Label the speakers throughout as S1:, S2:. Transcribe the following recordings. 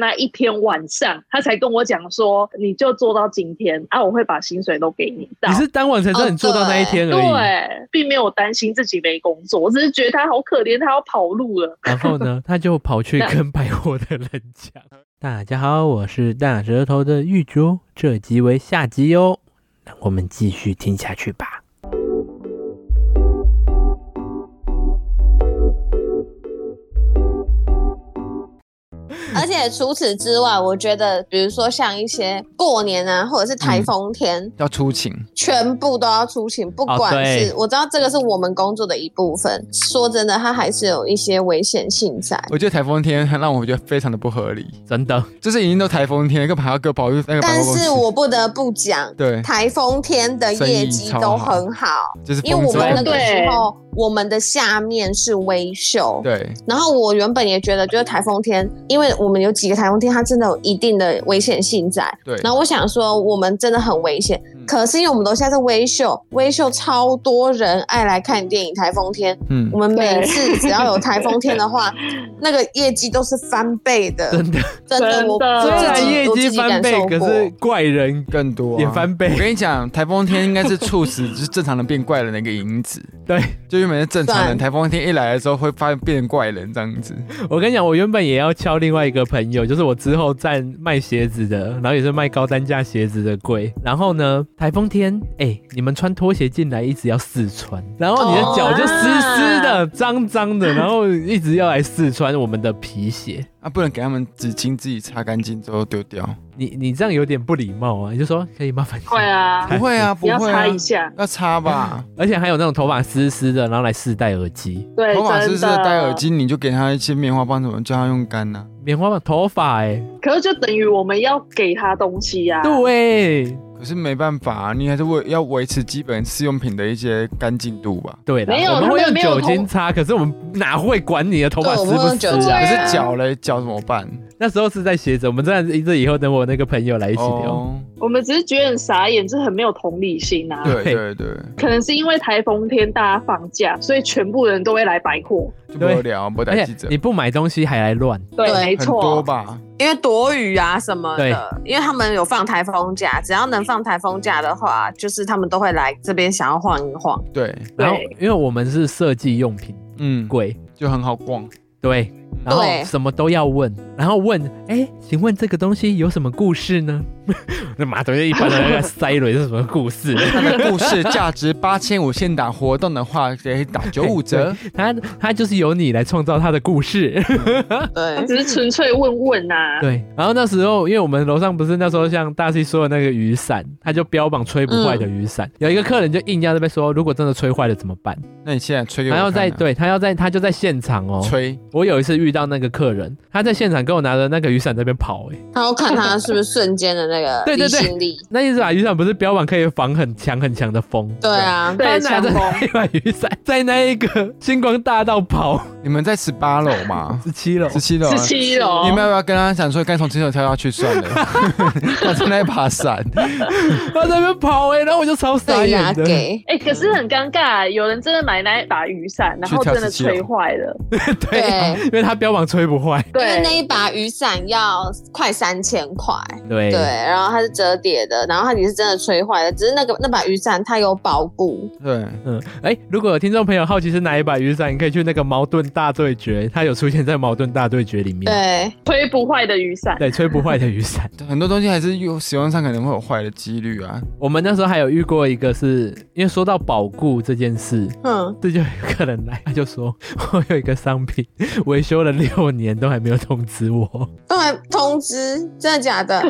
S1: 那一天晚上，他才跟我讲说，你就做到今天啊，我会把薪水都给你到
S2: 你。是当晚才知道
S3: 哦
S2: 你做到那一天而已，
S1: 对，并没有担心自己没工作，我只是觉得他好可怜，他要跑路了。
S2: 然后 呢，他就跑去跟百货的人讲：“ 大家好，我是大舌头的玉竹，这集为下集哦。”那我们继续听下去吧。
S3: 而且除此之外，我觉得比如说像一些过年啊，或者是台风天，
S4: 要出勤，
S3: 全部都要出勤，不管
S2: 对
S3: 是、我知道这个是我们工作的一部分。说真的，它还是有一些危险性在。
S4: 我觉得台风天让我觉得非常的不合理，
S2: 真的，
S4: 就是已经都台风天，干嘛还要各跑去那个百
S3: 但
S4: 货公司
S3: 是？我不得不讲，
S4: 对，
S3: 台风天的业绩都很好，
S4: 就是
S3: 因为我
S4: 风
S3: 们
S4: 筝
S3: 那个
S1: 对
S3: 时候，我们的下面是维修。
S4: 对，
S3: 然后我原本也觉得，就是台风天，因为我们有几个台风天，它真的有一定的危险性在。
S4: 对
S3: 然后我想说，我们真的很危险，
S4: 嗯
S3: 可是因为我们楼下是微秀，微秀超多人爱来看电影。台风天，
S4: 嗯
S3: 我，们每次只要有台风天的 话，那个业绩都是翻倍的。
S2: 真的，
S3: 真的，
S1: 真
S3: 我
S1: 的
S2: 虽
S3: 我自
S2: 然
S3: 己
S2: 业
S3: 我
S2: 绩
S3: 自己
S2: 翻
S3: 感
S2: 倍，
S3: 受
S2: 可
S3: 过
S2: 是怪人
S4: 更多、啊、
S2: 也翻
S4: 我
S2: 倍。
S4: 跟你讲，台风天应该是促使就是正常人变怪人的一个因子。
S2: 对，
S4: 就原本是正常人，
S3: 算
S4: 台风天一来的时候会发现变成怪人这样子。
S2: 我跟你讲，我原本也要敲另外一个朋友，就是我之后站卖鞋子的，然后也是卖高单价鞋子的柜。然后呢，台风天，哎、你们穿拖鞋进来一直要试穿，然后你的脚就湿湿的、脏脏的，然后一直要来试穿我们的皮鞋。
S4: 啊，不能给他们纸巾自己擦干净之后丢掉。
S2: 你你这样有点不礼貌啊！你就说可以麻烦你，
S1: 对啊，
S4: 不会啊，不
S1: 你要
S4: 会啊
S1: 擦，一下，
S4: 要擦吧。
S2: 而且还有那种头发湿湿的，然后来试戴耳机，
S1: 对，
S4: 头发
S1: 真
S4: 湿
S1: 的
S4: 湿的戴耳机，你就给他一些棉花棒，怎么叫他用干啊呢、
S2: 棉花棒头发哎、
S1: 可是就等于我们要给他东西呀、
S2: 对
S4: 可是没办法、啊，你还是为要维持基本试用品的一些干净度吧。
S2: 对啦
S1: 没有，
S2: 我们会
S1: 他们
S2: 用
S1: 没有
S2: 酒精
S1: 头
S2: 擦，可是我们哪会管你的头发
S3: 对
S2: 湿
S3: 我们会
S2: 不
S3: 用
S2: 湿
S3: 酒精
S2: 啊
S4: 可
S1: 对？啊
S4: 是脚嘞，脚怎么办？
S2: 那时候是在鞋子，我们这样子这以后等我那个朋友来一起聊。
S4: 哦，
S1: 我们只是觉得很傻眼，这很没有同理心啊。
S4: 对
S2: 对
S4: 对对，
S1: 可能是因为台风天大家放假，所以全部人都会来百货。
S4: 就不无聊，不带
S2: 而
S4: 记者
S2: 且你，不买东西还来乱，
S1: 对，
S3: 对
S1: 没
S4: 很多
S1: 错。
S4: 吧？
S3: 因为躲雨啊什么
S2: 对
S3: 的，因为他们有放台风假，只要能放台风假的话，就是他们都会来这边想要晃一 晃。
S4: 对，
S1: 对
S2: 然后因为我们是设计用品
S4: 嗯，
S2: 柜，
S4: 就很好逛。
S2: 对，然后
S3: 对
S2: 什么都要问，然后问，哎，请问这个东西有什么故事呢？ 那马总就一般的那个塞蕊是什么故事？
S4: 那个故事价值八千五，现打活动的话可以打九 五折。
S2: 他他就是由你来创造他的故事，
S1: 他
S3: 对，
S1: 只是纯粹问问呐、啊，
S2: 对。然后那时候，因为我们楼上不是那时候像大西说的那个雨伞，他就标榜吹不坏的雨伞，有一个客人就硬要在那边说，如果真的吹坏了怎么办？
S4: 那你现在吹给我
S2: 他
S4: 看啊，
S2: 要在对他要在他就在现场哦，
S4: 吹，
S2: 我有一次遇到那个客人，他在现场跟我拿着那个雨伞在那边跑、欸，
S3: 他要看他是不是瞬间的那 个
S2: 对
S3: 离
S2: 对对
S3: 心力。
S2: 那一啊把雨伞不是标榜可以防很强很强的风，
S3: 对啊，
S2: 他
S1: 对，
S2: 拿
S1: 强
S2: 着
S1: 风。
S2: 那一把雨伞在那一个星光大道跑
S4: 你们在十八楼吗？
S2: 十七楼，
S4: 十七楼啊。
S1: 哦十七楼，
S4: 你们要不要跟他讲说，该从七楼跳下去算了？ 他在那把伞，
S2: 他在那边跑、欸，然后我就超傻
S3: 被压
S2: 眼的。
S3: 给。
S1: 哎、可
S4: 嗯
S1: 是很尴尬，有人真的买那一把雨伞，然后
S4: 去跳
S1: 真的
S4: 17楼
S1: 吹坏了。
S2: 对，啊
S3: 对
S2: 因为他标榜吹不坏。
S3: 因为那
S1: 对，
S3: 一把雨伞要快三千块，
S2: 对
S3: 对，然后它是折叠的，然后它也是真的吹坏的，只是那个那把雨伞它有保固，
S4: 对，
S2: 嗯，哎、如果有听众朋友好奇是哪一把雨伞，你可以去那个矛盾大对决，它有出现在矛盾大对决里面。
S3: 对，
S1: 吹不坏的雨伞。
S2: 对，吹不坏的雨伞。
S4: 很多东西还是有使用上可能会有坏的几率啊。
S2: 我们那时候还有遇过一个是，因为说到保固这件事，
S3: 嗯，
S2: 这就有一个人来，他就说我有一个商品维修了六年都还没有通知 我，
S3: 都还通知，真的假的？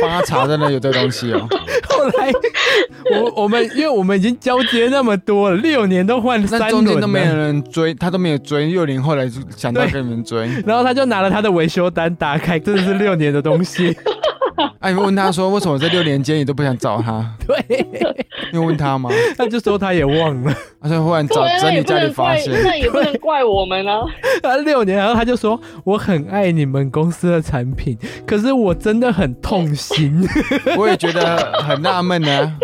S4: 帮他查真的有这东西哦。
S2: 后来我我们因为我们已经交接那么多了，六年都换
S4: 那
S2: 三
S4: 中间
S2: 轮
S4: 都没有
S2: 了。
S4: 人追，他都没有追，六零后来就想到跟你们追。
S2: 然后他就拿了他的维修单，打开真的是六年的东 西。
S4: 啊，你们问他说，为什么这六年间你都不想找他？
S2: 对，
S4: 你有问他吗？
S2: 他就说他也忘了，
S4: 他说忽然
S1: 对
S4: 找
S1: 啊，
S4: 整
S1: 那也
S4: 理
S1: 不
S4: 家里
S1: 能
S4: 发
S1: 怪，
S4: 现，
S1: 那也不能怪我们 啊。
S2: 他六年，然后他就说我很爱你们公司的产品，可是我真的很痛心。
S4: 我也觉得很纳闷呢。啊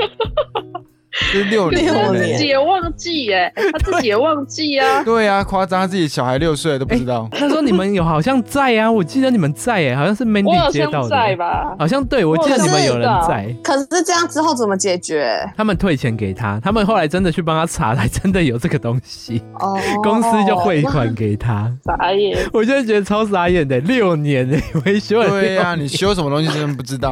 S4: 这六年
S3: 六
S4: 嘞
S1: 自
S3: 年
S1: 己也忘记耶、他自己也忘记啊。
S4: 对啊，夸张，他自己小孩六岁都不知道。
S2: 那时候你们有好像在啊，我记得你们在哎、好像是
S1: 我
S2: Mandy
S1: 好
S2: 接到
S1: 像在
S2: 的，
S1: 吧？哦
S2: 好像对我记得你们有人在，
S3: 可是这样之后怎么解决？
S2: 他们退钱给他，他们后来真的去帮他查，还真的有这个东西，
S3: 哦，
S2: 公司就汇款给他，
S1: 傻眼，
S2: 我就觉得超傻眼的，六年哎、维修了
S4: 对
S2: 六
S4: 啊，你修什么东西真的不知 道，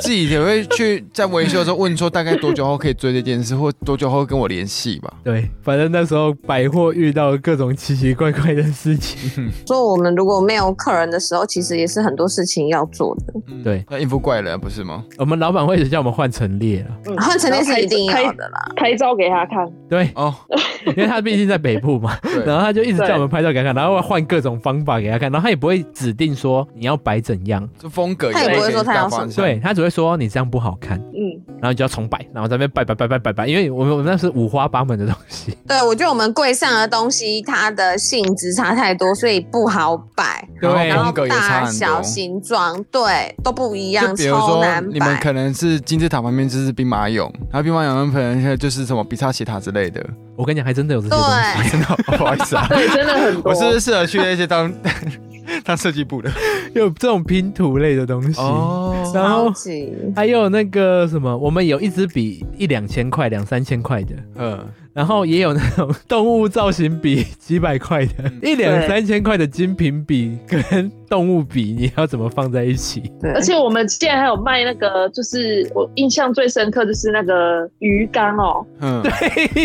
S4: 自己也会去在维修的时候问说大概多久后可以追这件事，或多久后跟我联系吧。
S2: 对，反正那时候百货遇到各种奇奇怪怪的事 情，
S3: 说我们如果没有客人的时候，其实也是很多事情要做的。
S4: 嗯
S2: 对
S4: 要应付怪人不是吗？
S2: 我们老板会一直叫我们换陈列了，
S1: 嗯
S3: 换陈列是一定
S1: 然
S3: 要
S1: 后
S3: 的啦。
S1: 拍拍照给他看，
S2: 对，
S4: 哦，
S2: 因为他毕竟在北部嘛，
S4: 对，
S2: 然后他就一直
S1: 对
S2: 叫我们拍照给他看，然后换各种方法给他看，然后他也不会指定说你要摆怎样，
S4: 这风格
S3: 他
S1: 也不
S3: 会说他要什么
S2: 对，他只会说你这样不好看，
S1: 嗯，
S2: 然后你就要重摆，然后在那边摆摆摆摆摆摆，因为我们我们那是五花八门的东西，
S3: 对，我觉得我们柜上的东西它的性质差太多，所以不好摆。
S2: 对
S3: 然
S4: 风
S3: 后
S4: 格也差
S3: 大
S4: 很
S3: 小、
S4: 多。
S3: 形状，对，都不一样，
S4: 就比如
S3: 超
S4: 说
S3: 难
S4: 你们
S3: 摆。
S4: 可能是金字塔旁边就是兵马俑，然后兵马俑可能就是什么比萨斜塔之类的。
S2: 我跟你讲，还真的有这些东西。
S3: 对，
S4: 真的不好意思啊，
S1: 对，真的很多。
S4: 我是不是适合去那些当 当设计部的？
S2: 有这种拼图类的东西，
S4: 哦
S2: 然 后
S3: 超级。
S2: 还有那个什么，我们有一支笔一两千块、两三千块的，
S4: 嗯，
S2: 然后也有那种动物造型笔几百块的，一两
S1: 对
S2: 三千块的精品笔跟动物笔，你要怎么放在一起？
S3: 对，
S1: 而且我们之前还有卖那个，就是我印象最深刻就是那个鱼缸哦，
S4: 嗯，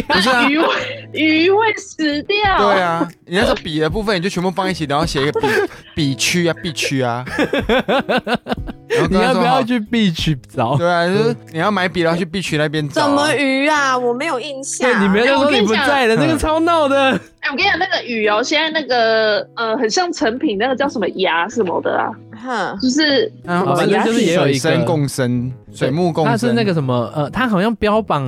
S4: 不是啊，
S1: 鱼会鱼会死掉。
S4: 对啊，你那时候笔的部分你就全部放一起，然后写一个 笔笔区啊、必区啊。
S2: 你
S4: 然后跟他
S2: 要
S4: 说
S2: 不要
S4: 好
S2: 去 B 区找？
S4: 对啊，就是你要买笔，然后去必区那边找啊。
S3: 怎么鱼啊？我没有印
S2: 对，
S3: 象。
S2: 你没有
S1: 哎我
S2: 说
S1: 跟
S2: 你
S1: 你
S2: 不
S1: 讲
S2: 在了，那个超闹的。
S1: 哎、我跟你讲，那个鱼哦，现在那个呃，很像成品那个叫什么牙什么的啊，
S3: 哼，
S1: 就是
S4: 嗯？
S1: 什么
S2: 反正
S1: 牙
S2: 就是
S1: 齿
S2: 也有一个
S4: 水生共生、水木共生，
S2: 它是那个什么呃，它好像标榜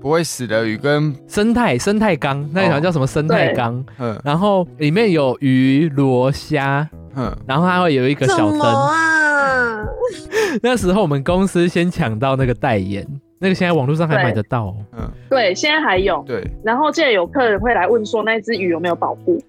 S4: 不会死的鱼跟
S2: 生态生态缸，那个好像叫什么生态缸，
S4: 嗯
S2: 然后里面有鱼、螺、虾，
S4: 嗯
S2: 然后它会有一个
S3: 怎
S2: 小
S3: 么
S2: 灯。
S3: 啊？
S2: 那时候我们公司先抢到那个代言，那个现在网络上还
S1: 对
S2: 买得到、 哦。
S4: 嗯，
S1: 对，现在还有。
S4: 对，
S1: 然后现在有客人会来问说，那只鱼有没有保护？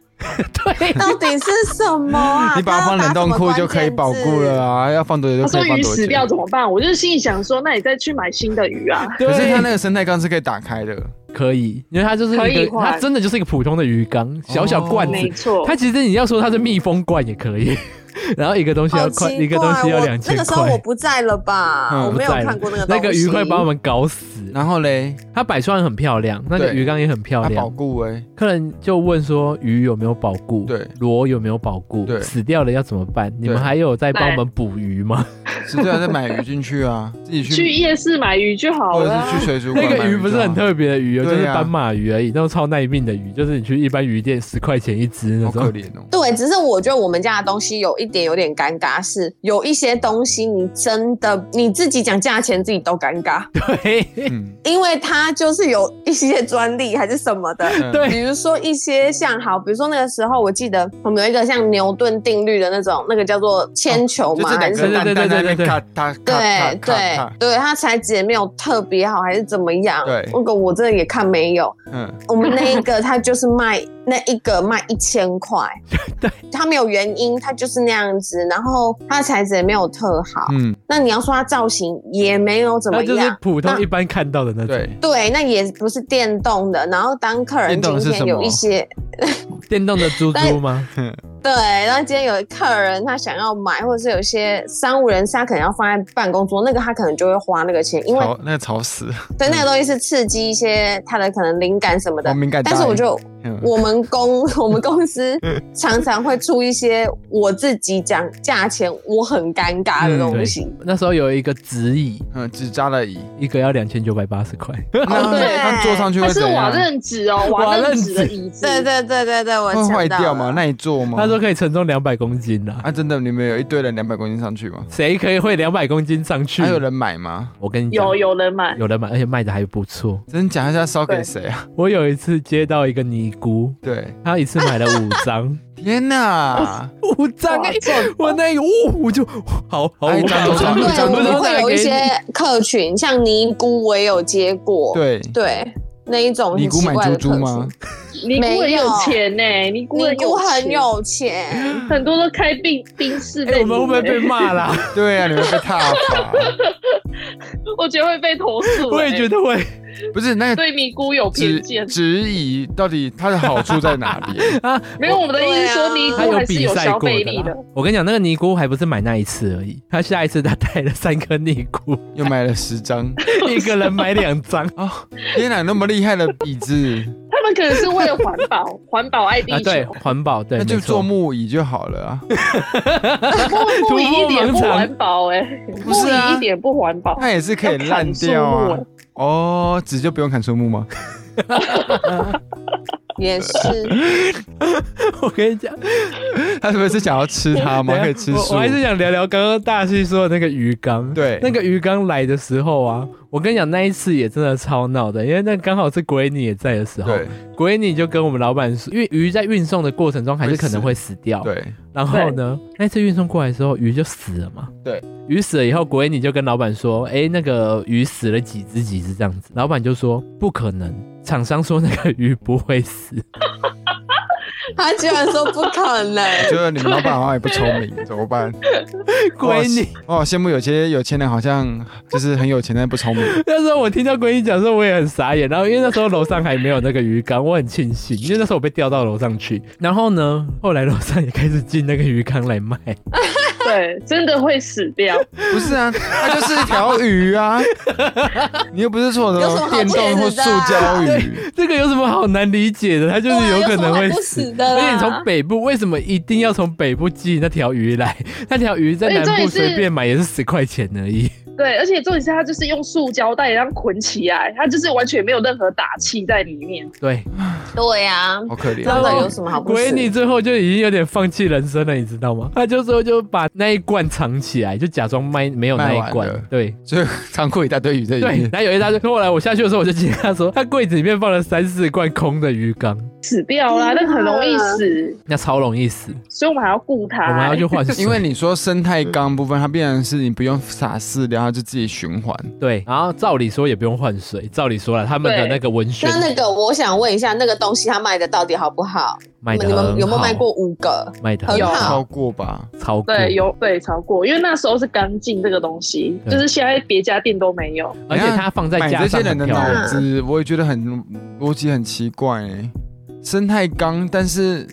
S2: 对，
S3: 到底是什么啊？
S4: 你把它放冷冻库就可以保护了
S3: 啊。
S4: 啊，要放多久
S1: 他
S4: 就
S1: 说
S4: 可以放
S1: 鱼
S4: 多久
S1: 死。掉怎么办？我就是心里想说，那你再去买新的鱼啊。
S4: 可是它
S2: 对
S4: 那个生态缸是可以打开的，
S2: 可以，因为它就是
S1: 可
S2: 一
S1: 以
S2: 个，它
S1: 换
S2: 真的就是一个普通的鱼缸，小小罐
S4: 哦
S2: 子
S1: 没。错
S2: 它，其实你要说它是密封罐也可以， 然后一个东西
S3: 好
S2: 要
S3: 奇
S2: 快，
S3: 怪，
S2: 一个东西要
S3: 我
S2: 两
S3: 那
S2: 千
S3: 个时候我
S2: 块。
S3: 不在了吧？
S4: 嗯
S3: 我没有
S2: 不在了
S3: 看过那个
S2: 那个鱼
S3: 会
S2: 会把我们搞死。
S4: 然后嘞，
S2: 它摆出来很漂亮，那个
S4: 对
S2: 鱼缸也很漂
S4: 它
S2: 亮
S4: 保。固哎，
S2: 客人就问说鱼有没有保固？
S4: 对
S2: 螺有没有保固？
S4: 对
S2: 死掉了要怎么办？你们还有在帮我们捕鱼吗？
S4: 是最好再买鱼进去啊，自己
S1: 去
S4: 去，
S1: 夜市买鱼就好
S4: 或
S1: 了
S4: 者是
S1: 啊。
S4: 去水族馆
S2: 那
S4: 买就好。
S2: 个鱼不是很特别的鱼哦，
S4: 对
S2: 就
S4: 啊
S2: 是斑马鱼而已，那种超耐命的鱼，就是你去一般鱼店十块钱一只那
S4: 好可
S2: 种。
S4: 怜哦。
S3: 对，只是我觉得我们家的东西有一点有点尴尬，是有一些东西你真的你自己讲价钱自己都尴尬，
S2: 对
S4: 嗯，
S3: 因为它就是有一些专利还是什么的。
S4: 嗯
S2: 对
S3: 比如说一些像好，比如说那个时候我记得我们有一个像牛顿定律的那种，那个叫做铅球
S4: 哦就
S3: 嘛，
S4: 这两
S3: 还
S4: 个
S3: 是
S4: 蛋蛋在那边咔咔咔咔
S3: 对
S4: 咔
S3: 对
S4: 咔，
S3: 对，它材质也没有特别好，还是怎么样？
S4: 对
S3: 那个我真的也看没有。
S4: 嗯，
S3: 我们那一个它就是卖那一个卖一千 块，
S2: 对，
S3: 它没有原因，它就是那样子，然后它的材质也没有特好，
S4: 嗯，
S3: 那你要说它造型也没有怎么
S2: 它就是
S3: 样。
S2: 普通
S3: 那
S2: 一般看到的那种
S4: 对，
S3: 对，那也不是电动的。然后当客人
S4: 电
S3: 今
S4: 动的是
S3: 天
S4: 什
S3: 有
S4: 么
S3: 一些，
S2: 电动的猪猪吗？
S3: 对，然后今天有客人他想要买，或者是有些商务人士他可能要放在办公桌，那个他可能就会花那个钱，因为
S4: 潮那个潮死了，
S3: 对那个东西是刺激一些他的可能灵感什么的
S4: 我。敏感带。
S3: 但是我就
S4: 嗯
S3: 我们公 我们公 司常常会出一些我自己讲价钱我很尴尬的东西。
S2: 那时候有一个直椅，
S4: 嗯，只扎了椅，
S2: 一个要两千九百八十 块，
S3: 哦
S4: 那
S1: 对
S4: 它坐上去
S1: 它
S4: 会
S1: 是
S4: 怎
S1: 瓦
S4: 样？
S1: 楞纸哦，
S2: 瓦
S1: 瓦
S2: 楞
S1: 楞
S2: 纸
S1: 纸的椅子。
S3: 对对对对对，我
S4: 会
S3: 想到
S4: 坏掉吗？
S3: 了
S4: 那你坐吗？
S2: 他说可以承重两百公斤啦。
S4: 啊，真的，你们有一堆人两百公斤上去吗？
S2: 谁可以会两百公斤上去
S4: 还？有人买吗？
S2: 我跟你讲
S1: 有，有人买，
S2: 有人买，而且卖的还不错。
S4: 真假？他是要烧给
S1: 对
S4: 谁啊？
S2: 我有一次接到一个尼尼姑，
S4: 对，
S2: 她一次买了五张，
S4: 天哪！
S2: 五张哎、我那一个，哦，我就好好，
S4: 哎
S2: 我
S4: 张
S2: 我
S4: 都张
S2: 我
S4: 都
S3: 对，
S4: 张
S3: 我
S4: 都
S2: 都
S3: 们
S2: 带
S3: 会
S2: 来
S3: 有一
S2: 给
S3: 些
S2: 你哎
S3: 客群，像尼姑我也有接过，
S4: 对，
S3: 对，那一种
S4: 尼
S3: 很
S4: 姑
S3: 奇
S4: 买
S3: 怪
S4: 猪
S3: 的
S4: 猪
S3: 客
S4: 吗
S3: 群。？
S1: 尼姑很有钱呢、尼姑
S3: 尼
S1: 很
S3: 姑
S1: 有
S3: 很
S1: 钱，
S3: 有钱，
S1: 很多都开宾宾士
S2: 哎、
S1: 被
S2: 我们会不会被骂啦？
S4: 对啊，你们被 踏伐。
S1: 我觉得会被投诉、
S2: 我也觉
S1: 得
S2: 得会，
S4: 不是那个
S1: 对尼姑有偏
S4: 质
S1: 见。
S4: 质疑到底它的好处在哪里？
S1: 没有，我们的意思是说尼
S2: 他
S1: 姑还是
S2: 啊比
S1: 有
S2: 赛
S1: 消
S2: 过
S1: 费
S2: 的
S1: 力
S2: 啦
S1: 的。。
S2: 我跟你讲，那个尼姑还不是买那一次而已，她下一次她带了三颗尼 姑，
S4: 又买了十张
S2: 一个人买两张
S4: 哦！天哪，那么厉害的椅子，
S1: 他们可能是为了环保，环保爱地
S2: 啊，对，
S1: 球。
S2: 环保， 对，
S4: 那就
S2: 没错
S4: 做木椅就好了啊。
S1: 木木椅一点不
S2: 突破盲肠
S1: 环保哎、欸，
S4: 不是啊
S1: 木椅一点不环保。
S2: 啊
S4: 它也是可以烂掉
S1: 要砍
S4: 啊
S1: 树木。
S4: 哦，纸就不用砍树木吗？
S3: 也是
S2: 我跟你讲，
S4: 他是不是想要吃它吗？
S2: 等一下
S4: 可以吃
S2: 啊我
S4: 树
S2: 我。还是想聊聊刚刚大西说的那个鱼缸。
S4: 对
S2: 那个鱼缸来的时候啊，我跟你讲那一次也真的超闹的，因为那刚好是鬼女也在的时候，
S4: 对
S2: 鬼女就跟我们老板说，因为鱼在运送的过程中还是可能会死掉。。
S4: 对
S2: 然后呢，那次运送过来的时候，鱼就死了嘛。
S4: 对。
S2: 鱼死了以后，鬼女就跟老板说：“哎，那个鱼死了几只几只这样子。”老板就说：“不可能，厂商说那个鱼不会 死。”
S3: 他居然说不可能，
S4: 我觉得你们老板好像也不聪 明，怎么办？
S2: 鬼女
S4: 我好羡慕有些有钱人，好像就是很有钱，但不聪明。
S2: 那时候我听到闺女讲的时候，我也很傻眼。然后因为那时候楼上还没有那个鱼缸，我很庆幸，因为那时候我被调到楼上去。然后呢，后来楼上也开始进那个鱼缸来卖，
S1: 对，真的会死掉。
S4: 不是啊，它就是一条鱼 啊！你又不是说什
S3: 有什么
S4: 么
S3: 好
S4: 电动或塑胶鱼，
S2: 这个有什么好难理解的？它 就是有可能会死。
S3: 对啊啊
S2: 而且你
S3: 有什么好不死的啦
S2: 从北部为什么一定要从北部寄那条鱼来？ 那条鱼在南
S1: 而且
S2: 部
S1: 重点是
S2: 随便买也是十块钱而已。
S1: 对，而且重点是它就是用塑胶袋这样捆起来，它就是完全没有任何打气在里面。
S2: 对，
S3: 对呀、
S1: 啊
S4: 好可 怜。
S3: 真的
S2: 然后
S3: 有什么好不
S2: 鬼女
S3: 死？
S2: 最后就已经有点放弃人生了，你知道吗？她就说就把那一罐藏起来，就假装卖没有那
S4: 卖
S2: 一
S4: 完
S2: 罐
S4: 了。
S2: 对，
S4: 所以仓库一大堆鱼在里
S2: 对，
S4: 面。
S2: 然后有一大堆。后来我下去的时候，我就惊讶说，他柜子里面放了三四罐空的鱼缸，
S1: 死掉啦，那
S3: 天啊
S1: 很容易死，
S2: 那超容易死。
S1: 所以我们还要顾它、
S2: 我们还要去换水，
S4: 哎因为你说生态缸部分，它必然是你不用撒饲料，它就自己循环。
S2: 对，然后照理说也不用换水，照理说了，他们的
S1: 对
S2: 那个文宣
S3: 那那个我想问一下，那个东西他卖的到底好不好？
S2: 卖的
S3: 你们有没有卖过？五个？
S2: 卖的
S3: 有
S1: 好
S4: 超过吧？
S2: 超过
S1: 对，，有对超过，因为那时候是刚进这个东西，
S2: 对
S1: 就是现在别家店都没有。
S2: 而且它放在
S4: 买
S2: 架
S4: 这
S2: 上
S4: 些
S2: 很
S4: 人的
S2: 漂亮。
S4: 脑
S3: 嗯
S4: 子，我也觉得很逻辑很奇怪、欸。生态缸，但是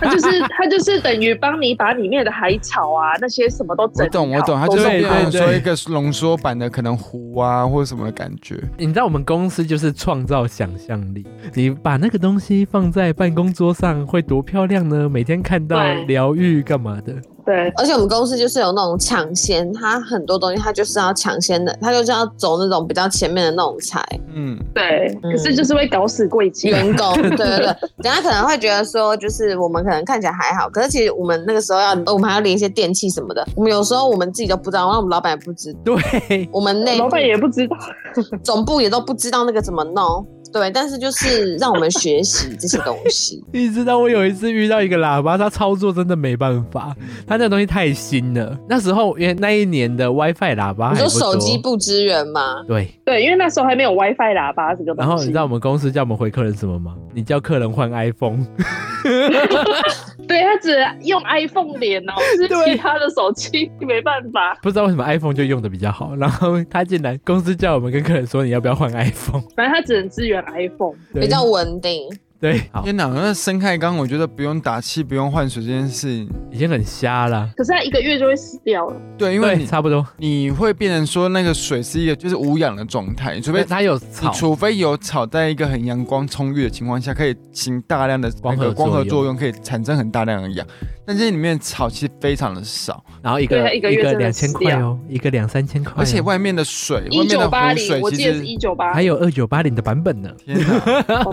S1: 它就是 它就是等于帮你把里面的海草啊那些什么都 整
S4: 我
S1: 理
S4: 懂我
S1: 好
S4: 懂，它
S1: 都
S4: 就是
S2: 对
S4: 变成
S2: 对
S4: 说
S2: 对
S4: 一个浓缩版的可能湖啊或者什么的感觉。
S2: 你知道我们公司就是创造想象力，你把那个东西放在办公桌上会多漂亮呢？每天看到
S1: 对
S2: 疗愈干嘛的？
S1: 对
S3: 而且我们公司就是有那种抢先，它很多东西它就是要抢先的，它就是要走那种比较前面的那种才。
S4: 嗯，
S1: 对，
S3: 嗯
S1: 可是就是会搞死柜姐。
S3: 员工，对对对，人家可能会觉得说，就是我们可能看起来还好，可是其实我们那个时候要，
S2: 嗯
S3: 哦我们还要连一些电器什么的，我们有时候我们自己都不知道，然后我们老板也不知，
S2: 对，。
S3: 我们内部
S1: 老板也不知道，
S3: 总部也都不知道那个怎么弄，对，但是就是让我们学习这些东西
S2: 你知道我有一次遇到一个喇叭，它操作真的没办法，
S4: 嗯
S2: 它那个东西太新了。那时候因为那一年的 WiFi 喇叭
S3: 你
S2: 还
S3: 说
S2: 哎不多
S3: 手机不支援吗？
S2: 对。
S1: 对，因为那时候还没有 WiFi 喇叭这个东西。
S4: 哦
S2: 然后你知道我们公司叫我们回客人什么吗？你叫客人换 iPhone，
S1: 对他只用 iPhone 连 哦，是
S2: 对
S1: 其他的手机没办法。
S2: 不知道为什么 iPhone 就用的比较好。然后他进来，公司叫我们跟客人说你要不要 换 iPhone，
S1: 反正它只能支援 iPhone。
S2: 对
S3: 比较稳定，
S2: 对，好，
S4: 天哪，那生态缸我觉得不用打气、不用换水这件事情，
S2: 已经很瞎了。
S1: 可是它一个月就会死掉了。
S4: 对，因为
S2: 对，
S4: 你
S2: 差不多。
S4: 你会变成说那个水是一个就是无氧的状态，除非
S2: 它有
S4: 你
S2: 草，
S4: 除非有草在一个很阳光充裕的情况下，可以行大量的那
S2: 光合
S4: 个光合
S2: 作
S4: 作用，可以产生很大量的氧，但这里面草其实非常的少，
S2: 然后一
S1: 对
S2: 个
S1: 它一个月真的
S2: 两千
S1: 死
S2: 块
S1: 掉
S2: 哦，一个两三千块哦，
S4: 而且外面的水，外
S1: 一
S4: 面
S1: 九
S4: 的
S1: 八
S4: 湖
S1: 零，
S4: 水
S1: 我
S4: 其
S1: 记得是一
S4: 实
S1: 九八
S2: 还。有二九八零的版本呢。
S4: 天哪，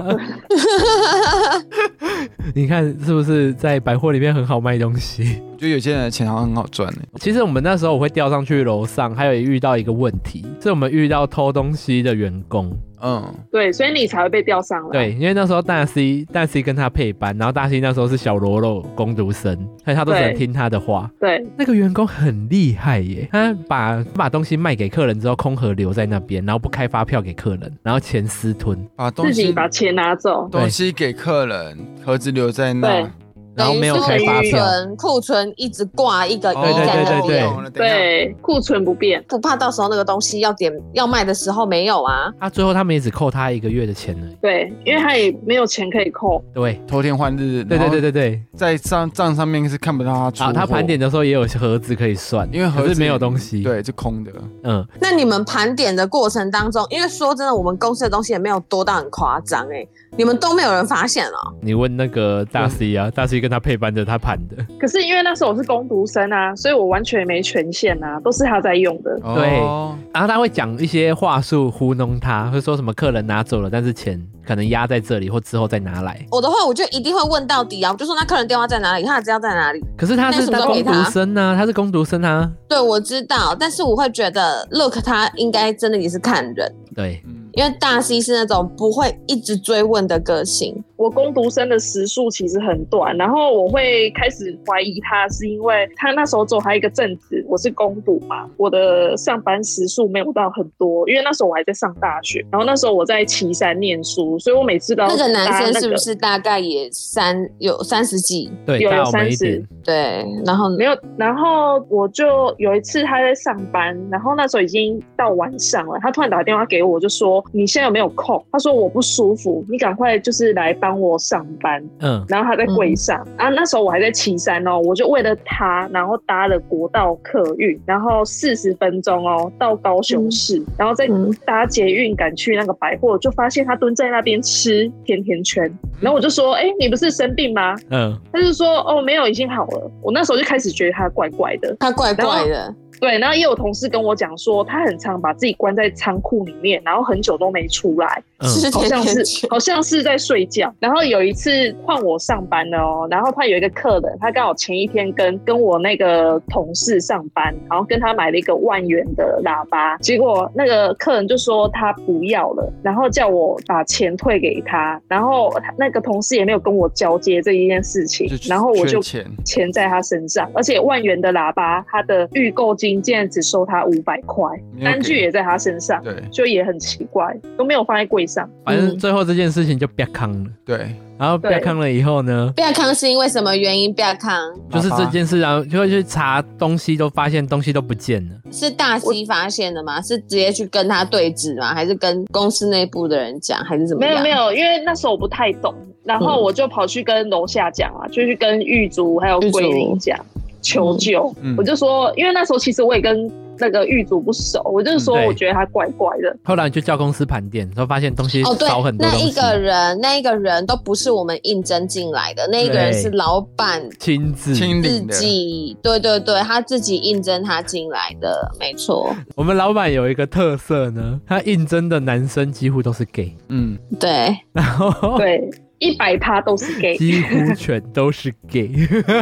S2: 你看是不是在百货里面很好卖东西？
S4: 我觉得有些人的钱好像很好赚呢。
S2: 其实我们那时候我会调上去楼上，还有遇到一个问题，是我们遇到偷东西的员工。
S4: 嗯，
S1: 对，所以你才会被调上来。
S2: 对，因为那时候大 C 大 C 跟他配班，然后大 C 那时候是小喽啰攻读生，所以他都只能
S1: 对
S2: 听他的话。
S1: 对
S2: 那个员工很厉害耶，他把把东西卖给客人之后，空盒留在那边，然后不开发票给客人，然后钱私吞，
S4: 把东
S1: 自己
S4: 西
S1: 把钱拿走，
S4: 东西给客人，盒子留在那
S1: 对。
S2: 然后没有
S3: 等
S2: 开
S3: 于是
S2: 发
S3: 库
S2: 票。哦
S3: 存库存一直挂一个衣
S2: 对
S3: 在那
S2: 对对
S3: 边，
S4: 对
S1: 对，库存不变。
S3: 不怕到时候那个东西要点要卖的时候没有啊？
S2: 他、最后他们也只扣他一个月的钱呢。
S1: 对，因为他也没有钱可以扣。
S2: 对，
S4: 偷天换日，
S2: 对对对，对对。
S4: 在账账上面是看不到他出
S2: 啊，
S4: 货，
S2: 他盘点的时候也有盒子可以算，
S4: 因为盒
S2: 可
S4: 子
S2: 是没有东西。，
S4: 对，是空的，
S2: 嗯，
S3: 那你们盘点的过程当中，因为说真的，我们公司的东西也没有多到很夸张哎，你们都没有人发现哦。
S2: 你问那个大 C 啊，大 C 跟他配班的，他盘的。
S1: 可是因为那时候我是工读生啊，所以我完全没权限啊，都是他在用的。
S2: 对
S4: 哦
S2: 然后他会讲一些话术糊弄他，会说什么客人拿走了，但是钱可能压在这里，或之后再拿来。
S3: 我的话，我就一定会问到底啊，我就说那客人电话在哪里，他的资料在哪里？
S2: 可是他是他
S3: 那什么时候
S2: 攻
S3: 给他
S2: 读生啊，他是攻读生啊，
S3: 对，我知道，但是我会觉得 Look 他应该真的也是看人，
S2: 对，
S4: 嗯
S3: 因为大 C 是那种不会一直追问的个性。
S1: 我攻读生的时数其实很短，然后我会开始怀疑他，是因为他那时候走还有一个正职，我是攻读嘛，我的上班时数没有到很多，因为那时候我还在上大学，然后那时候我在岐山念书，所以我每次都要
S3: 那个男
S1: 搭
S3: 生
S1: 那
S3: 是
S1: 个
S3: 不是大概也三有三十几？
S2: 对，
S1: 有
S2: 大
S1: 有
S2: 我们一
S1: 30
S2: 点。
S3: 对，然后
S1: 没有，然后我就有一次他在上班，然后那时候已经到晚上了，他突然打电话给我，就说你现在有没有空？他说我不舒服，你赶快就是来帮我上班。
S2: 嗯，
S1: 然后他在柜上、啊，那时候我还在岐山哦，我就为了他，然后搭了国道客运，然后四十分钟哦到高雄市，然后再
S3: 嗯
S1: 搭捷运赶去那个百货，就发现他蹲在那边吃甜甜圈，然后我就说，哎、你不是生病吗？
S2: 嗯，
S1: 他就说哦没有，已经好了。我那时候就开始觉得他怪怪的，
S3: 他怪怪的，
S1: 对。然后也有同事跟我讲说，他很常把自己关在仓库里面，然后很久都没出来，
S2: 嗯
S3: 是
S1: 好
S3: 甜
S1: 像
S3: 甜
S1: 是
S3: 圈。
S1: 好像是在睡觉。然后有一次换我上班了哦，然后换有一个客人，他刚好前一天跟跟我那个同事上班，然后跟他买了一个万元的喇叭，结果那个客人就说他不要了，然后叫我把钱退给他，然后他那个同事也没有跟我交接这一件事情
S4: 就，
S1: 然后我就
S4: 缺钱
S1: 钱在他身上，而且万元的喇叭，他的预购金竟然只收他五百块，
S4: 没有给
S1: 单据也在他身上，
S4: 对
S1: 就也很奇怪，都没有放在柜上。
S2: 反正最后这件事情就不要康了。
S4: 对，
S2: 然后不要
S1: 对
S2: 康了以后呢，
S3: 不要康是因为什么原因？不要康
S2: 就是
S4: 好
S2: 这
S4: 吧
S2: 件事，然后就会去查东西，都发现东西都不见了。
S3: 是大 C 发现的吗？是直接去跟他对峙吗？还是跟公司内部的人讲？还是怎么
S1: 没有
S3: 样？
S1: 没有，因为那时候我不太懂，然后
S3: 嗯
S1: 我就跑去跟楼下讲
S4: 嗯
S1: 啊，就去跟狱卒还有
S3: 狱卒
S1: 桂林讲求救。
S4: 嗯
S1: 我就说，因为那时候其实我也跟那个狱卒不熟，我就是说
S2: 嗯对
S1: 我觉得他怪怪的。
S2: 后来你就叫公司盘点，然后发现东西
S3: 哦，对
S2: 少很，多
S3: 那
S2: 东
S3: 一
S2: 西，
S3: 个人，那一个人都不是我们应征进来的，那一个人
S2: 对
S3: 是老板
S2: 亲自。
S4: 清
S3: 自
S4: 零的，
S3: 己，对对对，他自己应征他进来的，没错，
S2: 我们老板有一个特色呢，他应征的男生几乎都是 gay，
S4: 嗯，
S3: 对，
S2: 然
S4: 哦
S2: 后
S1: 对，一百趴都是 gay。
S2: 几乎全都是 gay，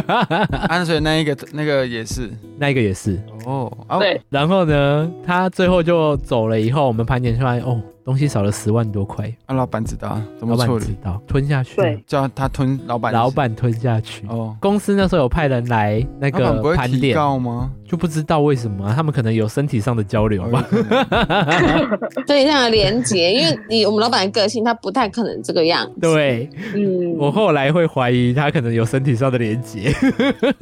S4: 安水啊那一个那个也是
S2: 那一个也是。
S4: 哦，啊
S1: 对，
S2: 然后呢，他最后就走了以后，我们盘点出来，哦，东西少了十万多块，
S4: 啊，老板知道怎
S2: 老
S4: 么
S2: 板
S4: 处
S2: 知
S4: 理，
S2: 道吞下去，
S1: 对，
S4: 叫他吞老板
S2: 老板吞下去。
S4: 哦，
S2: 公司那时候有派人来那
S4: 老板不
S2: 个
S4: 会
S2: 盘
S4: 提
S2: 点，
S4: 告吗？
S2: 就不知道为什么啊、他们可能有身体上的交流
S4: 哦
S2: 吧。
S3: 对这样的连接，因为你我们老板的个性，他不太可能这个样子，
S2: 对
S1: 嗯，
S4: 哦
S2: 我后来会怀疑他可能有身体上的连结，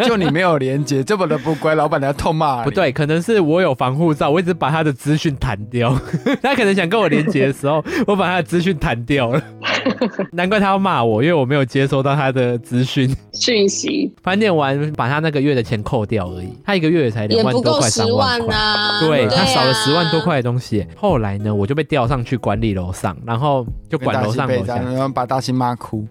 S4: 就你没有廉洁，这么的不乖，老板要痛骂你
S2: 不，对，可能是我有防护罩，我一直把他的资讯弹掉。 他可能想跟我连接的时候，我把他的资讯弹掉了， 难怪他要骂我，因为我没有接收到他的资讯。
S1: 讯息
S2: 盘点完，把他那个月的钱扣掉而已，他一个月也才
S3: 也
S2: 两万
S3: 不
S2: 多
S3: 够
S2: 块、
S3: 十
S2: 三
S3: 万
S2: 块。
S3: 呐、
S2: 对他
S3: 啊
S2: 少了十万多块的东西。后来呢，我就被调上去管理楼上，然后就
S4: 跟大
S2: 管楼
S4: 西
S2: 上
S4: 被
S2: 楼
S4: 打
S2: 下。
S4: 然后把大西骂哭，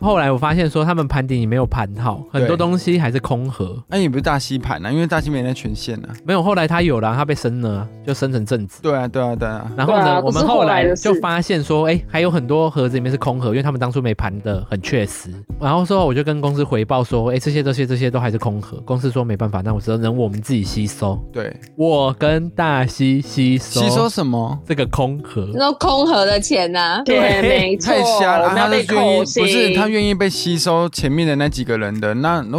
S2: 后来我发现说，他们盘点也没有盘好，很多
S4: 对
S2: 东西还是空盒。
S4: 那、你不是大西盘啊？因为大西没那权限啊。
S2: 没有，后来他有了，他被升了，就升成正职。
S4: 对啊，对啊，对啊，
S2: 然后呢，
S1: 对啊
S2: 我
S1: 不是
S2: 们后
S1: 后来
S2: 来
S1: 的事
S2: 就发现说，哎，还有很多盒子里面是空盒，因为他们当初没盘的很确实。然后之后我就跟公司回报说，哎、这些这些这些都还是空盒。公司说没办法，那我只能我们自己吸收。
S4: 对，
S2: 我跟大西吸收
S4: 吸收什么？
S2: 这个空盒，
S3: 那都空盒的钱啊呐、
S1: 对，没错，
S4: 太瞎了，
S1: 我
S4: 啊
S1: 们要
S4: 他
S1: 被
S4: 是愿意
S1: 扣薪。
S4: 不是他愿意被吸收前面的那几个人的那那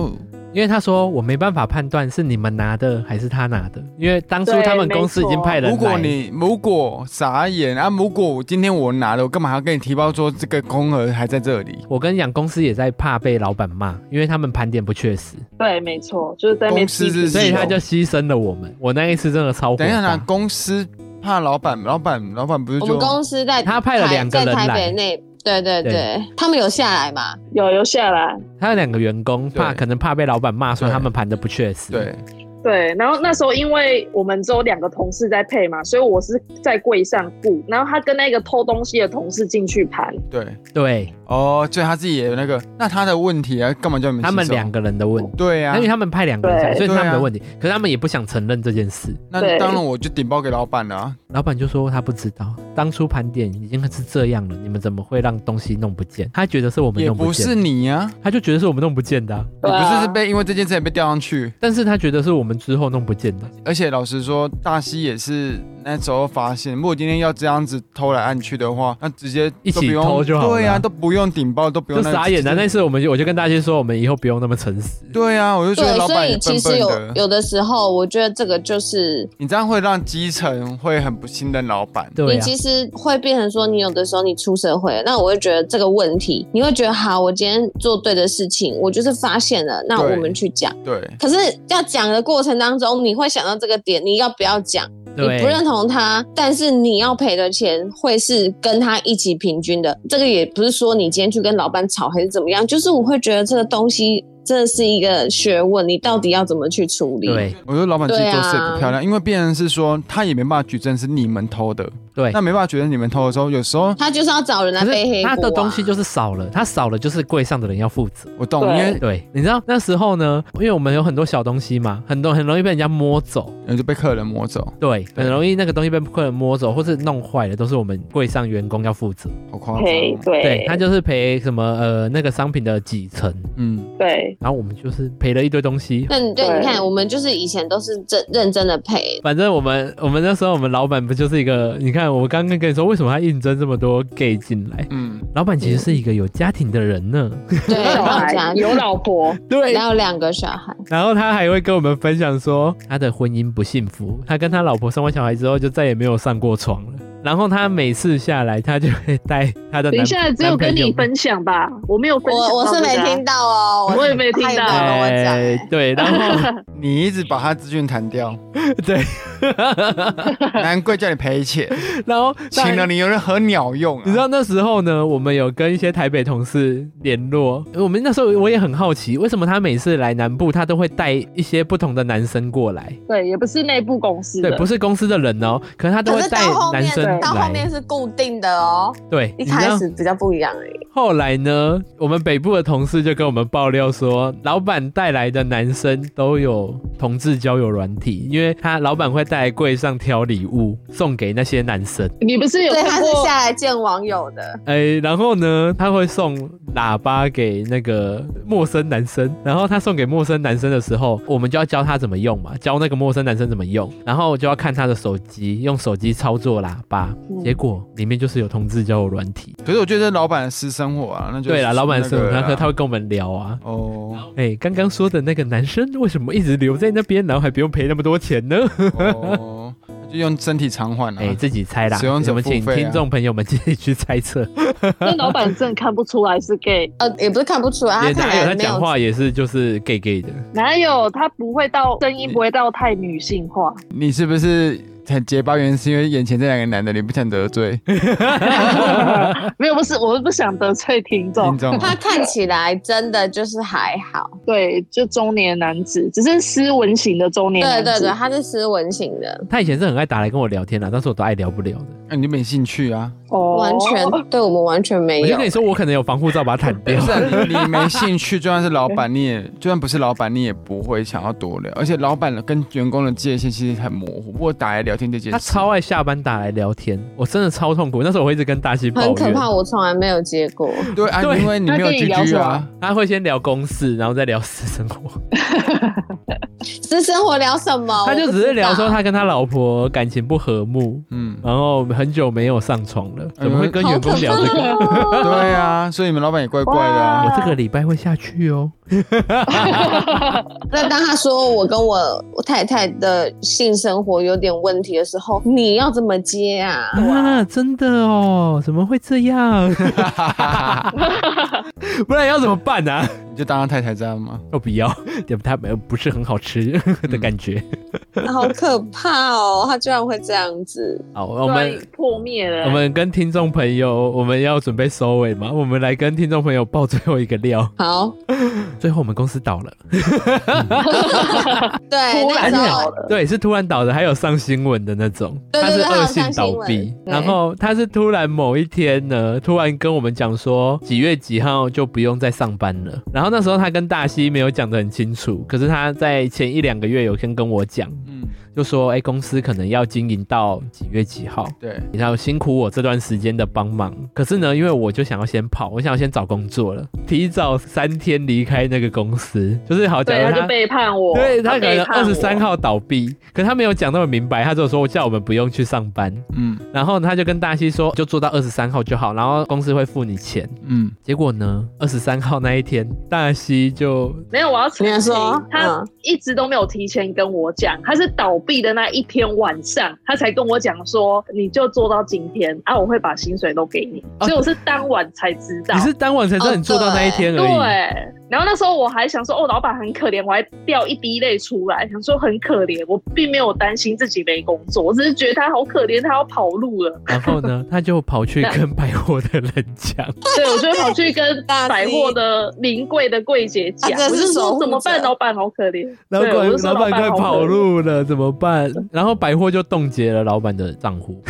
S2: 因为他说我没办法判断是你们拿的还是他拿的，因为当初
S1: 对
S2: 他们公司已经派人来。
S4: 如果你如果傻眼啊，如果我今天我拿了，我干嘛还要跟你提报说这个空盒还在这里？
S2: 我跟你讲，公司也在怕被老板骂，因为他们盘点不确实，
S1: 对，没错，就是在那边
S4: 公司
S1: 批评
S4: 是
S2: 所
S4: 啊
S2: 以他就牺牲了我们。我那一次真的超火
S4: 等一下啦，
S2: 大，
S4: 公司怕老板，老板老板不是
S3: 我们
S4: 就
S3: 公司在
S2: 他派了
S3: 台
S2: 两个人
S3: 在台
S2: 来
S3: 北内，对对对，
S2: 对
S3: 他们有下来嘛？
S1: 有留下来。
S2: 他有两个员工
S4: 嗯对
S2: 怕可能怕被老板骂说
S4: 对
S2: 他们盘的不确实，
S4: 对，
S1: 对，然后那时候因为我们只有两个同事在配嘛，所以我是在柜上顾，然后他跟那个偷东西的同事进去盘，
S4: 对
S2: 对，
S4: 哦，就他自己也有那个，那他的问题啊，干嘛叫你们吸
S2: 他
S4: 收？
S2: 们两个人的问题，
S4: 对啊
S2: 因为，他们派两个人下来，
S1: 对
S2: 所以是他们的
S4: 对啊
S2: 问题，可是他们也不想承认这件事。
S4: 那
S1: 对
S4: 当然我就顶报给老板了啊。
S2: 老板就说他不知道，当初盘点已经是这样了，你们怎么会让东西弄不见？他觉得是我们
S4: 也
S2: 弄
S4: 不
S2: 见，
S4: 是你呀、
S2: 他就觉得是我们弄不见的啊、
S4: 你
S1: 对
S4: 不
S1: 啊
S4: 是是被因为这件事也被调上去，
S2: 但是他觉得是我们之后弄不见的。
S4: 而且老实说，大西也是那时候发现，如果今天要这样子偷来暗去的话，那直接
S2: 一起
S4: 都不用
S2: 偷就好了
S4: 对呀、啊都不用顶报，都不
S2: 就
S4: 用那
S2: 傻眼了、啊那次我们就我就跟大家说，我们以后不用那么诚实。
S4: 对呀、我就觉得
S3: 对，
S4: 老
S3: 所
S4: 板
S3: 以
S4: 也
S3: 其
S4: 笨
S3: 实
S4: 笨
S3: 有
S4: 的。
S3: 有的时候，我觉得这个就是。
S4: 你这样会让基层会很不信任老板。
S2: 对
S3: 你
S2: 啊，
S3: 其实会变成说，你有的时候你出社会了，那我会觉得这个问题，你会觉得好，我今天做对的事情，我就是发现了，那
S4: 对
S3: 我们去讲。
S4: 对，
S3: 可是要讲的过程当中，你会想到这个点，你要不要讲？你
S2: 对
S3: 不，认同他，但是你要赔的钱会是跟他一起平均的。这个也不是说你今天去跟老板吵还是怎么样，就是我会觉得这个东西真的是一个学问，你到底要怎么去处理？
S2: 对
S4: 我觉得老板自己
S3: 对啊
S4: 做事也不漂亮，因为变成是说他也没办法举证是你们偷的，
S2: 对。
S4: 那没办法举证你们偷的时候，有时候
S3: 他就是要找人来
S2: 可
S3: 背黑
S2: 是
S3: 锅、啊。
S2: 他的东西就是少了，他少了就是柜上的人要负责。
S4: 我懂，因
S1: 对
S4: 为
S2: 对，你知道那时候呢，因为我们有很多小东西嘛，很多很容易被人家摸走，
S4: 呃就被客人摸走，
S2: 对，
S4: 对
S2: 很容易那个东西被客人摸走，或是弄坏了，都是我们柜上员工要负责。
S4: 好夸张
S1: 赔
S4: 哦。，
S2: 对
S1: 对，
S2: 他就是赔什么呃那个商品的几成，
S4: 嗯，
S1: 对，
S2: 然后我们就是赔了一堆东西。
S3: 那你对，
S1: 对
S3: 你看，我们就是以前都是真认真的 赔，
S2: 反正我们我们那时候我们老板不就是一个，你看我刚刚跟你说为什么他应征这么多 gay 进来，
S4: 嗯，
S2: 老板其实是一个有家庭的人呢。
S3: 对，
S1: 有小
S3: 大家
S1: 孩，有老婆，
S2: 对
S3: 然后两个小孩，
S2: 然后他还会跟我们分享说，他的婚姻不幸福，他跟他老婆生完小孩之后就再也没有上过床了。然后他每次下来，他就会带他的男。
S1: 等一下只有跟你分享吧，我没有分享、
S3: 我我是没听
S1: 到啊
S3: 到哦，
S1: 我也没听
S3: 他也
S1: 到
S3: 没有跟我讲、
S2: 哎 对，然后
S4: 你一直把他资讯弹掉，
S2: 对，
S4: 难怪叫你赔钱，
S2: 然后
S4: 请了
S2: 你。
S4: 你有任何鸟用啊？
S2: 你知道那时候呢，我们有跟一些台北同事联络。我们那时候我也很好奇，为什么他每次来南部，他都会带一些不同的男生过来？
S1: 这个，对，也不是内部公司的，
S2: 对，不是公司的人哦，可是他都
S3: 可
S2: 会
S3: 是
S2: 带
S3: 到后
S2: 男生
S3: 面，到后面
S2: 来。
S3: 是固定的哦，
S2: 对，
S3: 一
S2: 你知道
S3: 开始比较不一样而已。
S2: 后来呢，我们北部的同事就跟我们爆料说，老板带来的男生都有同志交友软体，因为他老板会带来柜上挑礼物送给那些男生。
S1: 你不是有
S3: 对，
S1: 看
S3: 他是
S1: 过？
S3: 下来见网友的，
S2: 哎、然后呢，他会送喇叭给那个陌生男生，然后他送给陌生男生的时候，我们就要教他怎么用嘛，教那个陌生男生怎么用，然后就要看他的手机，用手机操作喇叭，
S4: 嗯
S2: 结果里面就是有同志交友软体。
S4: 可是我觉得老板的私生活啊，那就
S2: 对啦，老板是
S4: 那个
S2: 他
S4: 啦
S2: 可他会跟我们聊啊。
S4: 哦，
S2: 哎、刚刚说的那个男生为什么一直留在那边，然后还不用赔那么多钱呢？
S4: 哦就用身体偿还
S2: 哎、
S4: 啊。
S2: 自己猜啦，
S4: 使用者
S2: 我们请
S4: 付费啊
S2: 听众朋友们自己去猜测。
S1: 那老板真的看不出来是 gay，
S3: 呃，也不是看不出来，
S2: 也
S3: 他看
S2: 哪有
S3: 起
S2: 他
S3: 来没
S2: 讲
S3: 有。
S2: 话也是就是 gay gay 的，
S1: 哪有他不会到声音不会到太女性化，
S4: 你是不是很结巴？原因是因为眼前这两个男的，你不想得 罪
S1: 没有，不是，我是不想得罪听众
S4: 听，众
S3: 他
S4: 啊？
S3: 看起来真的就是还好，
S1: 对，就中年男子，只是斯文型的中年
S3: 对
S1: 男子，
S3: 对对，他是斯文型的，
S2: 他以前是很爱打来跟我聊天啦，但是我都爱聊不了的。
S4: 那你就没兴趣啊？
S1: 哦，
S3: 完全对我们完全没
S2: 我就
S3: 有
S2: 跟。你说，我可能有防护罩把它弹
S4: 不
S2: 掉。
S4: 是啊、你你没兴趣，就算是老板，你也就算不是老板，你也不会想要多聊。而且老板跟员工的界限其实很模糊，不过打来聊天这件
S2: 他
S4: 事，
S2: 超爱下班打来聊天，我真的超痛苦。那时候我会一直跟大西抱
S3: 很
S2: 怨，
S3: 可怕，我从来没有接过。
S4: 对啊，
S2: 对
S4: 因为你没有
S1: 那跟你聊
S4: GG
S1: 什
S4: 啊
S1: 么。
S2: 他会先聊公事，然后再聊私生活。
S3: 私生活聊什么？
S2: 他就
S3: 哦我不
S2: 只
S3: 知
S2: 是聊
S3: 道
S2: 说他跟他老婆感情不和睦，
S4: 嗯，
S2: 然后很久没有上床了，怎么会跟员工聊这个？
S3: 好可怕哦
S4: 对啊，所以你们老板也怪怪的、
S1: 哇
S4: 啊。
S2: 我这个礼拜会下去 哦。
S3: 那当他说我跟我太太的性生活有点问题的时候，你要怎么接啊？
S2: 啊，真的哦，怎么会这样？ 不然要怎么办啊？
S4: 你就当他太太这样吗？
S2: 我哦不要，对它没有不是很好吃的感觉。
S3: 好可怕哦！他居然会这样子，
S2: 好，我
S1: 我
S2: 们
S1: 破灭了。
S2: 我们跟听众朋友，我们要准备收尾嘛？我们来跟听众朋友爆最后一个料。
S3: 好，
S2: 最后我们公司倒了，
S3: 对，
S1: 突
S3: 那
S1: 然
S3: 时
S1: 倒
S3: 候
S1: 了
S2: 对，是突然倒的，还有上新闻的那种，
S3: 对
S2: 他
S3: 对
S2: 是
S3: 对
S2: 恶性倒
S3: 还有上
S2: 闭
S3: 新。闻
S2: 然后他是突然某一天呢，突然跟我们讲说几月几号就不用再上班了。然后那时候他跟大西没有讲得很清楚，可是他在前一两个月有先跟我讲，
S4: 嗯，
S2: 就说哎、公司可能要经营到几月几号。
S4: 对，
S2: 你要辛苦我这段时间的帮忙。可是呢，因为我就想要先跑，我想要先找工作了，提早三天离开那个公司，就是好假
S1: 对，
S2: 如
S1: 他
S2: 他
S1: 就。背叛我，
S2: 对他可
S1: 背
S2: 能
S1: 叛
S2: 二
S1: 我
S2: 十三，号倒闭，可他没有讲那么明白，他只有说叫我们不用去上班，
S4: 嗯
S2: 然后他就跟大西说就做到二十三号就好，然后公司会付你钱。
S4: 嗯，
S2: 结果呢，二十三号那一天，大西就
S1: 没有，我要澄
S3: 你还
S1: 清
S3: 说
S1: 他
S3: 嗯
S1: 一直都没有提前跟我讲，他是倒闭的那一天晚上，他才跟我讲说，你就做到今天啊，我会把薪水都给你，
S2: 哦
S1: 所以我是当晚才知道
S2: 你。是当晚才知道你做到那一天而
S1: 哦对
S2: 已。，
S1: 然后那时候我还想说，哦，老板很可怜，我还掉一滴泪出来，想说很可怜，我并没有担心自己没工作，我只是觉得他好可怜，他要跑路了。
S2: 然后呢，他就跑去跟百货的人讲，
S1: 对，我就会跑去跟
S3: 大 C
S1: 百货的临柜的柜姐讲，
S3: 啊真
S1: 我
S3: 的
S1: 就
S3: 是守护
S1: 说
S3: 者
S1: 怎么办，老板好可怜。
S2: 老
S1: 对我
S2: 板
S1: 就说
S2: 老板快
S1: 好可怜
S2: 跑路了，怎么办？然后百货就冻结了老板的账户，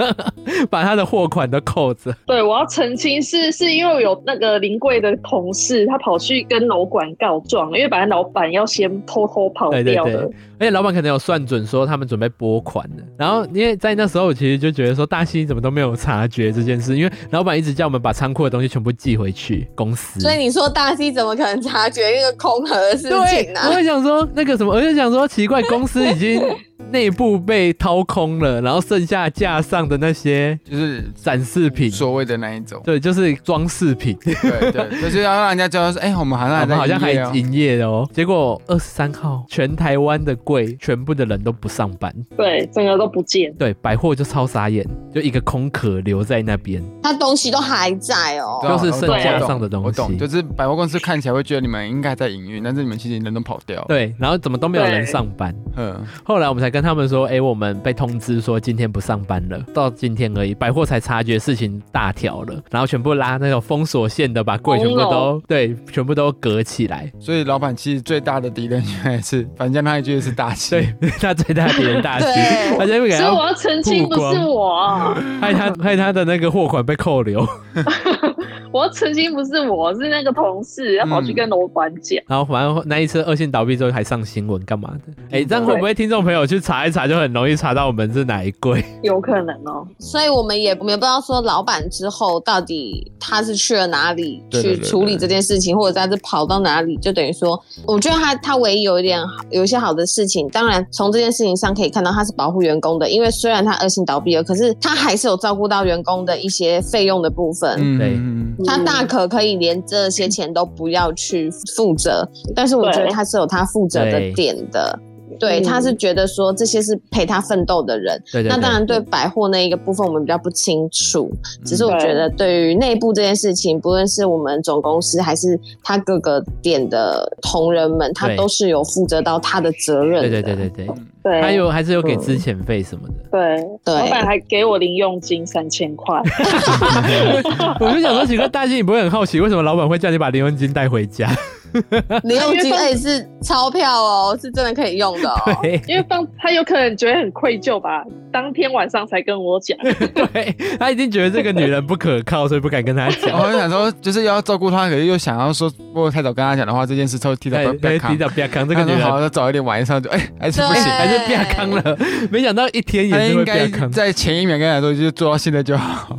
S2: 把他的货款都扣着。
S1: 对，我要澄清是是因为有那个临柜的同事，他跑去跟楼管告状，因为本来老板要先偷偷跑
S2: 对对
S1: 掉的。
S2: 对，而且老板可能有算准说他们准备拨款了。然后因为在那时候，我其实就觉得说大西怎么都没有察觉这件事，因为老板一直叫我们把仓库的东西全部寄回去公
S4: 嗯
S2: 司。
S3: 所以你说大 C 怎么可能察觉那个空盒的事
S2: 对
S3: 情，啊
S2: 我
S3: 呢、
S2: 会想说那个什么，我就想说奇怪，公司已经内部被掏空了，然后剩下架上的那些
S4: 就是
S2: 展示品，
S4: 所谓的那一种。
S2: 对，就是装饰 品。
S4: 对对，就是要让人家知道说，哎、我们好
S2: 我
S4: 像还在
S2: 们好像还
S4: 营业哦
S2: 营业的哦，结果二十三号，全台湾的柜全部的人都不上班，
S1: 对，整个都不见。
S2: 对，百货就超傻眼，就一个空壳留在那边。
S3: 他东西都还在哦。
S4: 对啊
S2: 就是剩
S1: 架
S2: 上的东西
S4: 我懂，我懂就是百货公司看起来会觉得你们应该还在营运，但是你们其实人都跑掉了。，
S2: 对，然后怎么都没有人上班。
S4: 嗯，
S2: 后来我们才跟他们说，哎，我们被通知说今天不上班了，到今天而已。百货才察觉事情大条了，然后全部拉那种封锁线的，把柜全部
S1: 红
S2: 都
S1: 楼
S2: 对，全部都隔起来。
S4: 所以老板其实最大的敌人原来是， 反正他一句是大气。
S2: 对， 他最大的敌人大西
S3: 嗯对，
S2: 他就会给
S1: 所以我
S2: 他
S1: 要澄清，不是我啊，
S2: 害他害他的那个货款被扣留。
S1: 我要澄清不是我，是那个同事要跑去
S2: 嗯
S1: 跟楼管讲。
S2: 然后反正那一次恶性倒闭之后还上新闻干嘛的？哎，这样会不会听众朋友去查一查就很容易查到我们是哪一柜？
S1: 有可能哦，
S3: 所以我们也我们也不知道说老板之后到底他是去了哪里
S4: 对对
S3: 去
S4: 对
S3: 处理这件事情，或者他是跑到哪里，就等于说，我觉得他他唯一有一点好有一些好的事情，当然从这件事情上可以看到他是保护员工的，因为虽然他恶性倒闭了，可是他还是有照顾到员工的一些费用的部分。
S4: 嗯，
S2: 对
S4: 嗯，
S3: 他大可可以连这些钱都不要去负责，但是我觉得
S1: 对嗯
S3: 他是有他负责的
S2: 对
S3: 点的，对，他是觉得说这些是陪他奋斗的人，
S2: 对对
S3: 那
S2: 对。
S3: 当然，对百货那一个部分我们比较不清楚，
S2: 嗯
S3: 只是我
S1: 对
S3: 觉得对于内部这件事情，不论是我们总公司还是他各个店的同仁们，他
S2: 对
S3: 都是有负责到他的责任的。
S2: 对对对对对，
S1: 对，
S2: 还
S4: 嗯
S2: 有还是有给资遣费什么的。
S1: 对，
S3: 对
S1: 老板还给我零用金三千块，
S2: 我就想说，奇怪，大西，你不会很好奇为什么老板会叫你把零用金带回家？
S3: 零用金哎是钞票哦，是真的可以用的哦。
S2: 对
S1: 因为当他有可能觉得很愧疚吧，当天晚上才跟我 讲，
S2: 对，他已经觉得这个女人不可靠，所以不敢跟她
S4: 然后
S2: 讲。
S4: 我想说，就是要照顾她，可是又想要说，如果太早跟她讲的话，这件事都提早
S2: 对
S4: 不
S2: 对，提
S4: 要扛。
S2: 早不要哎扛这个
S4: 她
S2: 女
S4: 说好，
S2: 人，
S4: 那早一点晚上就哎、还是不行
S3: 对。
S2: 还是不要扛了。没想到一天
S4: 她
S2: 也是
S4: 应
S2: 会不要
S4: 该
S2: 扛。
S4: 在前一秒跟她说，就做到现在就好。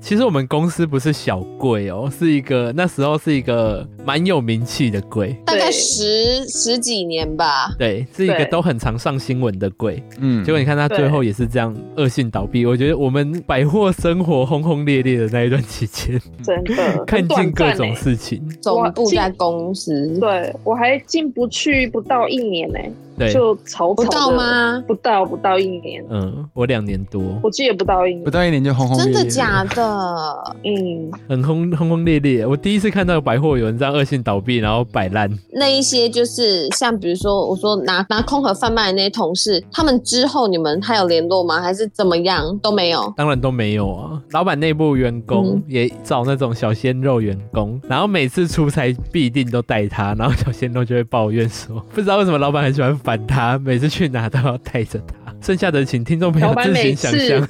S2: 其实我们公司不是小贵哦，是一个那时候是一个蛮有名气的贵，
S3: 大概
S1: 对
S3: 十十几年吧。
S2: 对，是一个
S1: 对
S2: 都很常上新闻的贵。
S4: 嗯，
S2: 结果你看他最
S1: 对
S2: 后也是这样恶性倒闭。我觉得我们百货生活轰轰烈烈的那一段 期间，
S1: 真的
S2: 看
S1: 很短
S2: 尽各
S1: 暂欸。
S2: 种事情，
S3: 总部在公司，
S1: 对我还进不去不到一年呢、
S2: 对，
S1: 欸就草草
S3: 不
S1: 的
S3: 到？吗？
S1: 不到不到一年，
S2: 嗯，我两年多，
S1: 我记得不到一
S4: 不
S1: 年。
S4: 到一年就轰轰烈
S3: 真
S4: 烈。
S3: 的假 的？
S1: 嗯，
S2: 很轰轰轰烈烈。我第一次看到百货有人这样恶性倒闭，然后摆烂，
S3: 那一些就是像比如说，我说拿拿空盒贩卖的那些同事，他们之后你们还有联络吗？还是怎么样都没 有？
S2: 当然都没有啊。老板内部员工
S3: 嗯
S2: 也找那种小鲜肉员工，然后每次出差必定都带他，然后小鲜肉就会抱怨说， 不知道为什么老板很喜欢烦他，每次去哪都要带着他。剩下的请听众朋友
S1: 老板
S2: 自行
S1: 每
S2: 想
S1: 次
S2: 象。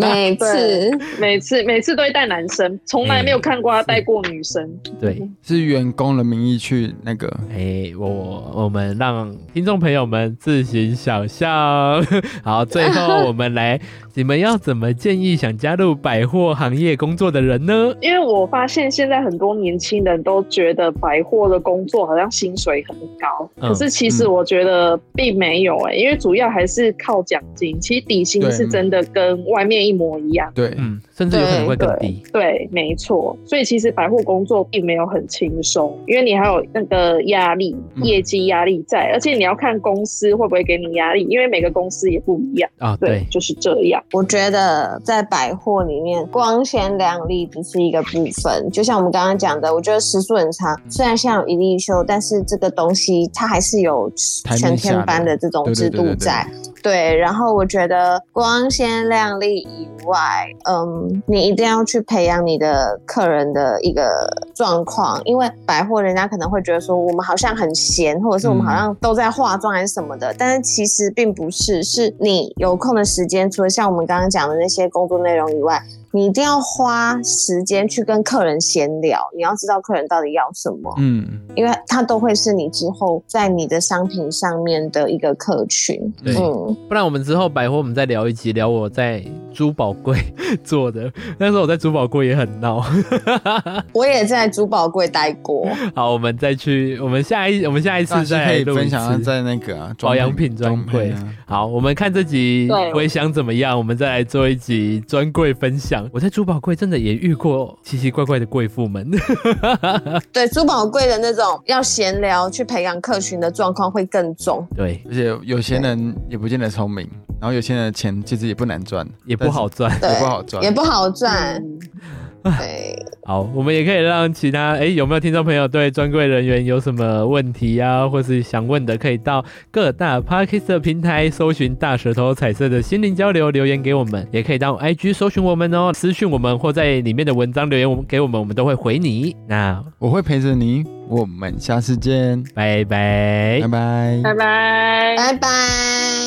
S3: 每次
S1: 对每次每次都会带男生，从来没有看过他
S2: 嗯
S1: 带过女生。
S2: 对，
S4: 是员工的名义去那个，
S2: 哎、我我们让听众朋友们自行想象。 好，最后我们来，你们要怎么建议想加入百货行业工作的人呢？
S1: 因为我发现现在很多年轻人都觉得百货的工作好像薪水很高，
S2: 嗯
S1: 可是其实我觉得并没有哎、因为主要还是靠奖金，其实底薪
S4: 对
S1: 是真的跟外面一模一样。
S4: 对，
S2: 嗯，甚至有可能会更低。
S1: 对，没错。所以其实百货工作并没有很轻松，因为你还有那个压力，
S4: 嗯
S1: 业绩压力在，而且你要看公司会不会给你压力，因为每个公司也不一样。
S2: 啊、
S1: 对，
S2: 对，
S1: 就是这样。
S3: 我觉得在百货里面，光鲜亮丽只是一个部分。就像我们刚刚讲的，我觉得时速很长，虽然现在有一例休，但是这个东西它还是有
S4: 台面下
S3: 全
S4: 的
S3: 天班的这种制度在。对，然后我觉得光鲜亮丽以外，嗯，你一定要去培养你的客人的一个状况，因为百货人家可能会觉得说我们好像很闲，或者是我们好像都在化妆还是什么的，但是其实并不是，是你有空的时间，除了像我们刚刚讲的那些工作内容以外。你一定要花时间去跟客人闲聊，你要知道客人到底要什么，
S4: 嗯，
S3: 因为他都会是你之后在你的商品上面的一个客群。
S2: 对
S3: 嗯，
S2: 不然我们之后百货我们再聊一集，聊我在珠宝柜做的。 那时候我在珠宝柜也很闹。
S3: 我也在珠宝柜待 过，
S2: 好，我们再去，我们下一我们下一
S4: 那
S2: 次
S4: 是
S2: 再
S4: 可
S2: 来
S4: 以
S2: 录一
S4: 分享
S2: 次。
S4: 在那个啊
S2: 保养品专柜
S4: 啊。
S2: 好，我们看这集
S1: 对
S2: 回想怎么样，我们再来做一集专柜分享。我在珠宝柜真的也遇过奇奇怪怪的贵妇们，
S3: 对珠宝柜的那种要闲聊去培养客群的状况会更重。
S2: 对，
S4: 而且有些人也不见得聪明，然后有些人的钱其实也不难赚，
S2: 也不好赚。
S3: 对，
S4: 也不好赚
S3: 也不好赚。
S1: 嗯
S3: 对，
S2: 好，我们也可以让其他哎，有没有听众朋友对专柜人员有什么问题啊，或是想问的，可以到各大 p a r k e s t 平台搜寻“大舌头彩色的心灵交流”留言给我们，也可以到 IG 搜寻我们哦，私讯我们或在里面的文章留言我们给我们，我们都会回你。那
S4: 我会陪着你，我们下次见，
S2: 拜拜
S4: 拜拜嗯
S1: 拜拜。
S3: 拜拜。